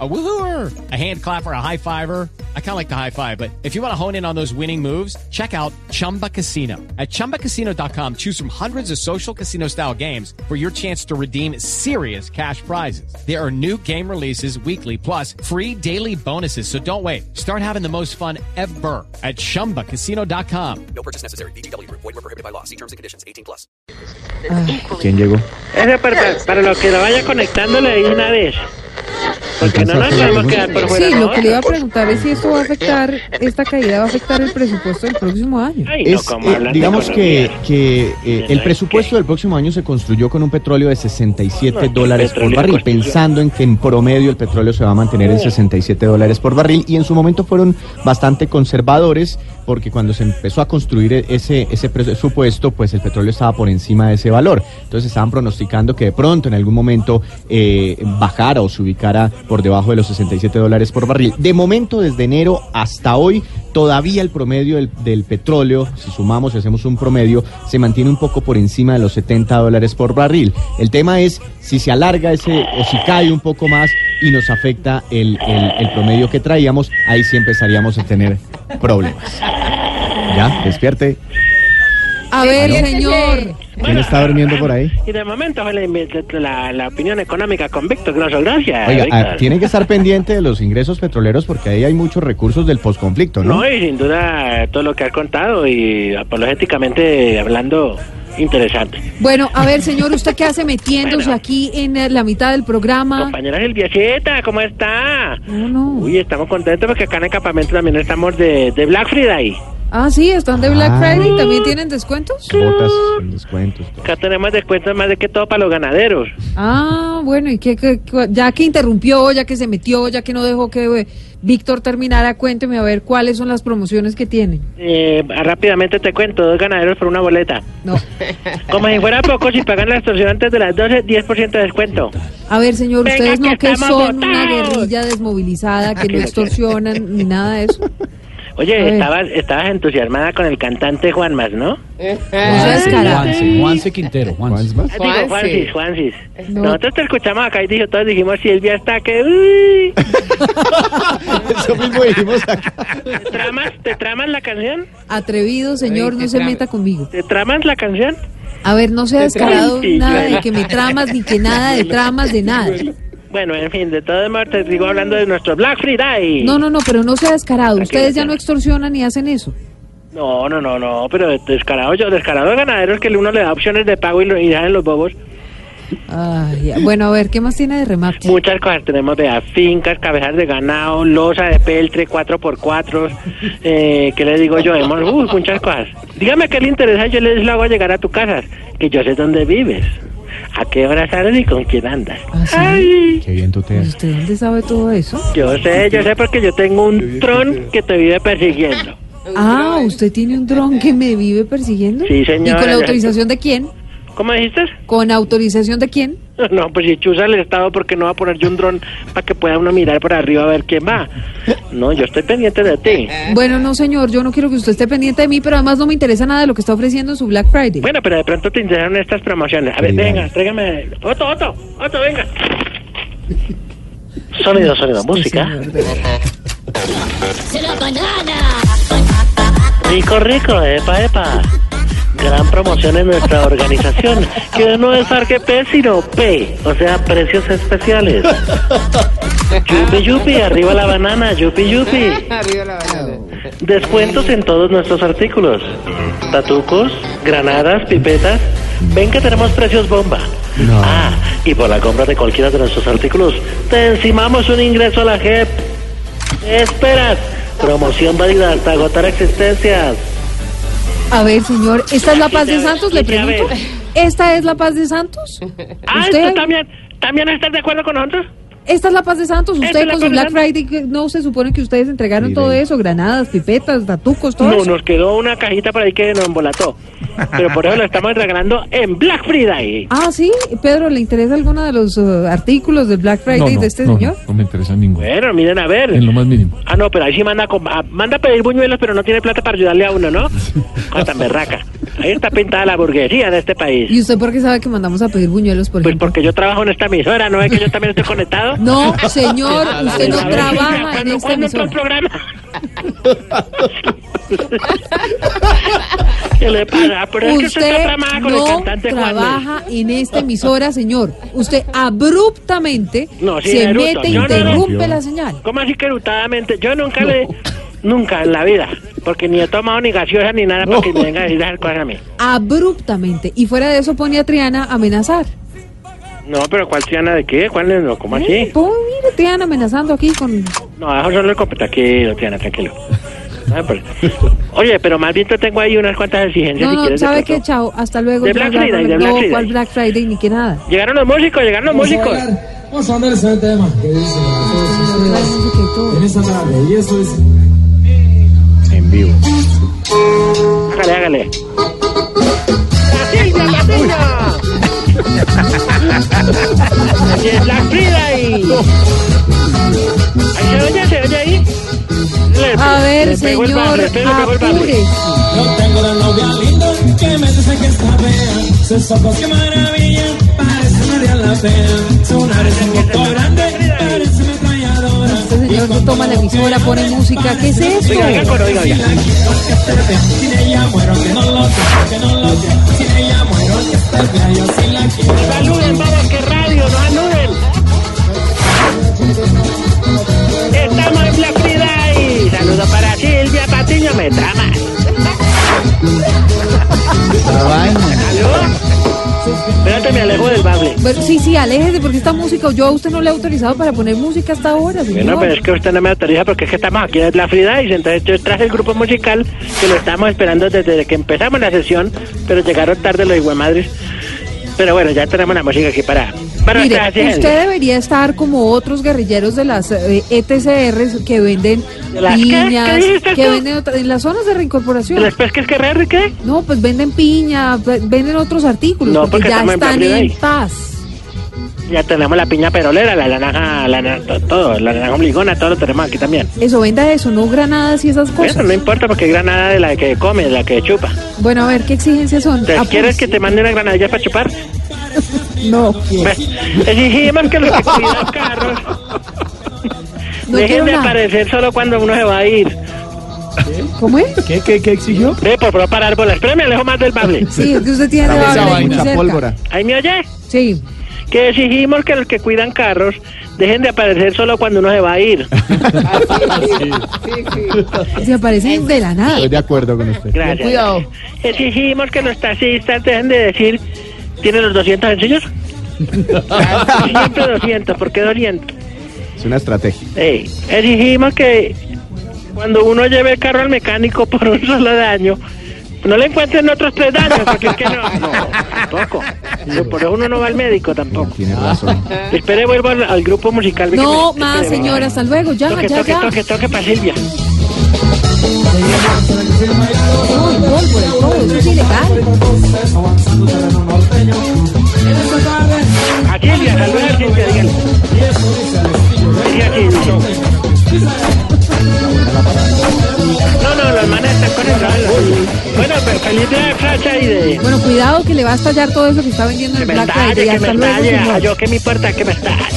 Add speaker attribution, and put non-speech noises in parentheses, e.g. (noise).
Speaker 1: A woohooer, a hand clapper, a high fiver. I kind of like the high five, but if you want to hone in on those winning moves, check out Chumba Casino. At chumbacasino.com, choose from hundreds of social casino style games for your chance to redeem serious cash prizes. There are new game releases weekly, plus free daily bonuses. So don't wait. Start having the most fun ever at chumbacasino.com.
Speaker 2: No purchase necessary. BGW. Void were prohibited by law. See terms and conditions. 18 plus.
Speaker 3: ¿Quién llegó?
Speaker 4: Eso para, para los que lo vayan conectándole ahí una vez. Porque no nos
Speaker 3: ¿Alcanzaste la pregunta?
Speaker 4: podemos quedar por fuera.
Speaker 5: Sí,
Speaker 4: ¿no?
Speaker 5: lo que le iba a preguntar es si esto va a afectar, esta caída va a afectar el presupuesto del próximo año.
Speaker 4: Ay, no,
Speaker 3: Es,
Speaker 4: como
Speaker 3: eh,
Speaker 4: hablan de
Speaker 3: digamos que,
Speaker 4: economía.
Speaker 3: que eh, el
Speaker 4: ¿Sabes
Speaker 3: presupuesto
Speaker 4: qué?
Speaker 3: del próximo año se construyó con un petróleo de 67 dólares por
Speaker 4: petróleo
Speaker 3: barril,
Speaker 4: construyó.
Speaker 3: pensando en que en promedio el petróleo se va a mantener en 67 dólares por barril y en su momento fueron bastante conservadores porque cuando se empezó a construir e- ese, ese presupuesto, pues el petróleo estaba por encima de ese valor. Entonces estaban pronosticando que de pronto en algún momento eh, bajara o se ubicara por debajo de los 67 dólares por barril. De momento, desde enero hasta hoy, todavía el promedio del, del petróleo, si sumamos y hacemos un promedio, se mantiene un poco por encima de los 70 dólares por barril. El tema es si se alarga ese o si cae un poco más y nos afecta el, el- el promedio que traíamos, ahí sí empezaríamos a tener problemas. Ya, despierte.
Speaker 5: A ver, señor.
Speaker 3: ¿Quién está durmiendo por ahí?
Speaker 4: Y de momento fue la, invi- la, la opinión económica con Víctor Grosso. Gracias.
Speaker 3: Oiga,
Speaker 4: Víctor.
Speaker 3: ah, tiene que estar pendiente de los ingresos petroleros porque ahí hay muchos recursos del posconflicto, ¿no?
Speaker 4: No, y sin duda todo lo que has contado y apologéticamente hablando, interesante.
Speaker 5: Bueno, a ver, señor, ¿usted qué hace metiéndose
Speaker 4: Bueno.
Speaker 5: aquí en eh, la mitad del programa?
Speaker 4: Compañera Silviacita, ¿cómo está?
Speaker 5: No, no.
Speaker 4: Uy, estamos contentos porque acá en el campamento también estamos de, de Black Friday.
Speaker 5: Ah, sí, están de
Speaker 3: Ah.
Speaker 5: Black Friday, ¿también tienen descuentos?
Speaker 3: Botas, descuentos. todo.
Speaker 4: Acá tenemos descuentos más de que todo para los ganaderos.
Speaker 5: Ah, bueno, y que, ya que interrumpió, ya que se metió, ya que no dejó que eh, Víctor terminara, cuénteme a ver cuáles son las promociones que tienen.
Speaker 4: Eh, rápidamente te cuento, dos ganaderos por una boleta.
Speaker 5: No.
Speaker 4: Como si fuera poco, si pagan la extorsión antes de las 12, 10% de descuento.
Speaker 5: A ver,
Speaker 4: (laughs)
Speaker 5: señor,
Speaker 4: Venga,
Speaker 5: ustedes
Speaker 4: que
Speaker 5: no que
Speaker 4: estamos
Speaker 5: son una
Speaker 4: botados. (laughs)
Speaker 5: guerrilla desmovilizada, que no extorsionan ni nada de eso.
Speaker 4: Oye,
Speaker 5: Ay.
Speaker 4: estabas, estabas entusiasmada con el cantante Juanmas, ¿no?
Speaker 5: No sea descarado.
Speaker 6: Juanse, Juanse Quintero, Juanse.
Speaker 3: ¿Cuántos más?
Speaker 4: Ah, Digo, Juansis, Juansis.
Speaker 5: No.
Speaker 4: Nosotros te escuchamos acá y dijo, todos dijimos, Silvia está que... uy".
Speaker 3: Eso mismo dijimos acá.
Speaker 4: ¿Te tramas, ¿Te tramas la canción?
Speaker 5: Atrevido, señor, no se meta conmigo.
Speaker 4: ¿Te tramas la canción?
Speaker 5: A ver, no sea descarado
Speaker 4: Sí,
Speaker 5: nada de
Speaker 4: claro.
Speaker 5: que me tramas, ni que nada
Speaker 4: (laughs)
Speaker 5: de tramas, de nada.
Speaker 4: Bueno, en fin, de todos modos te sigo hablando de nuestro Black Friday.
Speaker 5: No, no, no, pero no sea descarado. Ustedes ya no extorsionan ni hacen eso.
Speaker 4: No, no, no, no, pero descarado yo, descarado de ganaderos que uno le da opciones de pago y lo y dejan los bobos.
Speaker 5: Ay, ya. bueno, a ver, ¿qué más tiene de remate?
Speaker 4: Muchas cosas tenemos, vea, fincas, cabezas de ganado, losa de peltre, 4x4, eh, ¿qué le digo yo? Hemos, uh, muchas cosas. Dígame qué le interesa, yo les lo hago llegar a tu casa, que yo sé dónde vives, a qué hora sales y con quién andas.
Speaker 5: Ah, ¿sí?
Speaker 4: Ay,
Speaker 3: Qué bien tú te
Speaker 5: ¿Y ¿Usted dónde sabe todo eso?
Speaker 4: yo sé, yo sé porque yo tengo un tron que te vive persiguiendo.
Speaker 5: Ah, ¿usted tiene un dron que me vive persiguiendo?
Speaker 4: Sí, señora,
Speaker 5: ¿Y con la
Speaker 4: yo-
Speaker 5: autorización de quién?
Speaker 4: ¿Cómo dijiste? (laughs)
Speaker 5: ¿Con autorización de quién?
Speaker 4: No, pues si chusa el Estado, porque no va a poner yo un dron para que pueda uno mirar por arriba a ver quién va? No, yo estoy pendiente de ti.
Speaker 5: Bueno, no, señor, yo no quiero que usted esté pendiente de mí, pero además no me interesa nada de lo que está ofreciendo en su Black Friday.
Speaker 4: Bueno, pero de pronto te interesaron estas promociones. A ver,
Speaker 3: Querida.
Speaker 4: venga, tráigame. Otto, Otto, Otto, venga. (laughs) Sonido, sonido, música. Rico, rico, epa, epa. Gran promoción en nuestra organización, que no es Arquepé, sino P, o sea, precios especiales. Yupi, yupi, arriba la banana, yupi, yupi. Descuentos en todos nuestros artículos. Tatucos, granadas, pipetas. Ven que tenemos precios bomba.
Speaker 3: No.
Speaker 4: Ah, y por la compra de cualquiera de nuestros artículos, te encimamos un ingreso a la JEP. ¿Qué esperas? Promoción válida hasta agotar existencias.
Speaker 5: A ver, señor, ¿esta es la paz de
Speaker 4: Ya-
Speaker 5: Santos? Le
Speaker 4: ya
Speaker 5: pregunto.
Speaker 4: ves.
Speaker 5: ¿Esta es la paz de Santos?
Speaker 4: (laughs) Ah,
Speaker 5: ¿Usted?
Speaker 4: ¿tú también, también estás de acuerdo con nosotros?
Speaker 5: ¿Esta es la paz de Santos?
Speaker 4: ¿Esta es
Speaker 5: ¿Usted
Speaker 4: la paz
Speaker 5: con su
Speaker 4: de
Speaker 5: Black
Speaker 4: Santos?
Speaker 5: Friday que no se supone que ustedes entregaron
Speaker 3: Sí,
Speaker 5: todo
Speaker 3: ven.
Speaker 5: eso? Granadas, pipetas, tatucos, todo
Speaker 4: No,
Speaker 5: eso.
Speaker 4: nos quedó una cajita por ahí que nos embolató. Pero por eso lo estamos regalando en Black Friday.
Speaker 5: Ah, sí, Pedro, ¿le interesa alguno de los eh, artículos del Black Friday de este
Speaker 6: no,
Speaker 5: señor?
Speaker 6: no me interesa ninguno.
Speaker 4: Bueno, miren, a ver.
Speaker 6: En lo más mínimo.
Speaker 4: Ah,
Speaker 6: (laughs)
Speaker 4: no, pero ahí sí manda, a com- a- manda a pedir buñuelos, pero no tiene plata para ayudarle a uno, ¿no? Ah, tan berraca. Ahí está pintada la burguesía de este país.
Speaker 5: ¿Y usted por qué sabe que mandamos a pedir buñuelos, por
Speaker 4: Pues
Speaker 5: ejemplo?
Speaker 4: porque yo trabajo en esta emisora, ¿no es que yo también estoy conectado? Pues,
Speaker 5: No, señor,
Speaker 4: (laughs)
Speaker 5: usted no
Speaker 4: A ver,
Speaker 5: trabaja en
Speaker 4: ¿cuándo-
Speaker 5: esta
Speaker 4: ¿Cuándo entró el
Speaker 5: emisora.
Speaker 4: programa?
Speaker 5: (laughs)
Speaker 4: ¿Qué le pasa? Pero es que usted está
Speaker 5: Usted
Speaker 4: tramada con el
Speaker 5: no
Speaker 4: cantante Juanes.
Speaker 5: trabaja en esta emisora, señor. Usted abruptamente
Speaker 4: No, sí,
Speaker 5: se
Speaker 4: eructo.
Speaker 5: mete,
Speaker 4: Yo no, no.
Speaker 5: interrumpe la señal.
Speaker 4: ¿Cómo así que erutadamente? Yo nunca le... Nunca en la vida. Porque ni he tomado ni gaseosa ni nada para que me venga a decir esas cosas a mí.
Speaker 5: Abruptamente. Y fuera de eso pone a Triana a amenazar.
Speaker 4: No, pero ¿cuál Triana de qué? ¿Cuál es? No, ¿Cómo así?
Speaker 5: Pum, mire, Triana amenazando aquí con...
Speaker 4: No, eso solo el compa- Tranquilo, Triana, tranquilo. Ah, pero- Oye, pero más bien te tengo ahí unas cuantas exigencias si
Speaker 5: No, no,
Speaker 4: quieres. de
Speaker 5: ¿sabe
Speaker 4: pronto.
Speaker 5: qué? Chao, hasta luego.
Speaker 4: De
Speaker 5: ya
Speaker 4: Black
Speaker 5: hablamos.
Speaker 4: Friday, de Black
Speaker 5: no,
Speaker 4: Friday.
Speaker 5: ¿cuál Black Friday? Ni que nada.
Speaker 4: Llegaron los músicos, llegaron los músicos.
Speaker 7: Vamos a hablar de ese tema que dice
Speaker 5: Ay, música y todo.
Speaker 7: en esta tarde, y eso es.
Speaker 3: En vivo.
Speaker 4: Hágale, hágale. ¡La Silvia, la Silvia! ¡Así es, la Friday! Ahí se oye, se oye ahí. Le-
Speaker 5: A
Speaker 4: le
Speaker 5: ver,
Speaker 4: pegó el
Speaker 5: señor,
Speaker 4: bafle, le pegó el bafle.
Speaker 5: apure.
Speaker 7: Yo tengo la novia linda que me dice que está fea. Sus ojos, qué maravilla, parece María la Fea. Su nariz es un poco grande, parece metralladora.
Speaker 5: Este señor no toma la emisora, pone música. ¿Qué es
Speaker 4: Oiga, oiga, el
Speaker 5: eso?
Speaker 4: coro, oiga, oiga.
Speaker 7: Sin ella muero, que no lo quiero, que no lo quiero. Sin ella muero, que está fea, yo sí la quiero.
Speaker 4: Saluden, vamos, que radio, no saluden. Estamos en Black Friday. Saludos para Silvia Patiño, me trama. Saludos. Espérate, me alejo del bable.
Speaker 5: Bueno, sí, sí, aléjese, porque esta música, yo a usted no le he autorizado para poner música hasta ahora, señor.
Speaker 4: Bueno, pero es que usted no me autoriza porque es que estamos aquí en Black Friday. Entonces yo traje el grupo musical que lo estamos esperando desde que empezamos la sesión, pero llegaron tarde los higüemadres. Pero bueno, ya tenemos la música aquí para... para
Speaker 5: Mire,
Speaker 4: nuestra hacienda.
Speaker 5: usted debería estar como otros guerrilleros de las eh, ETCRs que venden
Speaker 4: ¿De las qué?
Speaker 5: piñas,
Speaker 4: ¿Qué dijiste
Speaker 5: que
Speaker 4: tú?
Speaker 5: venden otra- en las zonas de reincorporación.
Speaker 4: ¿Las pescas que raro y qué?
Speaker 5: No, pues venden piña, ve- venden otros artículos,
Speaker 4: No,
Speaker 5: porque
Speaker 4: porque
Speaker 5: ya
Speaker 4: estamos en
Speaker 5: están
Speaker 4: Black
Speaker 5: en
Speaker 4: Friday.
Speaker 5: paz.
Speaker 4: Ya tenemos la piña perolera, la naranja, la na- to- todo, la naranja obligona, todo lo tenemos aquí también.
Speaker 5: Eso, venda eso, no granadas y esas cosas.
Speaker 4: Bueno, no importa porque hay granada de la que come, de la que chupa.
Speaker 5: Bueno, a ver, ¿qué exigencias son?
Speaker 4: ¿Te
Speaker 5: Ah,
Speaker 4: ¿Quieres
Speaker 5: pues,
Speaker 4: que te mande una granadilla para chupar?
Speaker 5: (laughs) No,
Speaker 4: Pues, Exigimos que los que cuidan carros
Speaker 5: no
Speaker 4: dejen
Speaker 5: quiero
Speaker 4: de
Speaker 5: nada.
Speaker 4: aparecer solo cuando uno se va a ir.
Speaker 5: ¿Cómo es?
Speaker 6: ¿Qué, qué, qué exigió?
Speaker 4: Ve, por favor, parar bolas. Pero me alejo más del bable.
Speaker 5: Sí, es que usted tiene
Speaker 3: Esa
Speaker 5: la
Speaker 3: vaina.
Speaker 5: muy
Speaker 3: Mucha
Speaker 5: cerca.
Speaker 3: pólvora.
Speaker 4: ¿Ahí me oye?
Speaker 5: Sí.
Speaker 4: Que exigimos que los que cuidan carros dejen de aparecer solo cuando uno se va a
Speaker 5: (laughs)
Speaker 4: ir.
Speaker 5: Se aparecen de la nada.
Speaker 3: Estoy de acuerdo con usted.
Speaker 4: Gracias.
Speaker 5: Cuidado.
Speaker 4: Exigimos que los taxistas dejen de decir, ¿tienen los 200 sencillos?
Speaker 5: (laughs)
Speaker 4: Siempre 200, ¿por qué 200?
Speaker 3: Es una estrategia.
Speaker 4: Ey, exigimos que cuando uno lleve el carro al mecánico (laughs) por un solo daño, no le encuentren otros tres daños, porque es que no, (laughs) no, tampoco. Yo, por eso uno no va al médico tampoco.
Speaker 3: Tiene razón.
Speaker 4: Espere, vuelvo al, al grupo musical. ve que
Speaker 5: No
Speaker 4: me-
Speaker 5: más,
Speaker 4: espere,
Speaker 5: señor, hasta luego. Ya,
Speaker 4: Toque,
Speaker 5: ya,
Speaker 4: toque,
Speaker 5: ya.
Speaker 4: toque, toque para Silvia.
Speaker 5: No, el pólvora, el todo, eso es ilegal.
Speaker 7: Avanzando terreno norteño. En esta tarde,
Speaker 4: A Silvia, saluda a Silvia, dígale.
Speaker 7: y eso dice el estilo.
Speaker 4: Dice aquí, dice. No, no, los manes están conectados. los- Bueno, pero feliz día de Fracha y de...
Speaker 5: Bueno, cuidado que le va a estallar todo eso que está vendiendo en
Speaker 4: Que
Speaker 5: el
Speaker 4: me
Speaker 5: Black
Speaker 4: estalle,
Speaker 5: Friday.
Speaker 4: que me
Speaker 5: Hasta luego,
Speaker 4: estalle.
Speaker 5: señor.
Speaker 4: Yo que me importa que me estalle.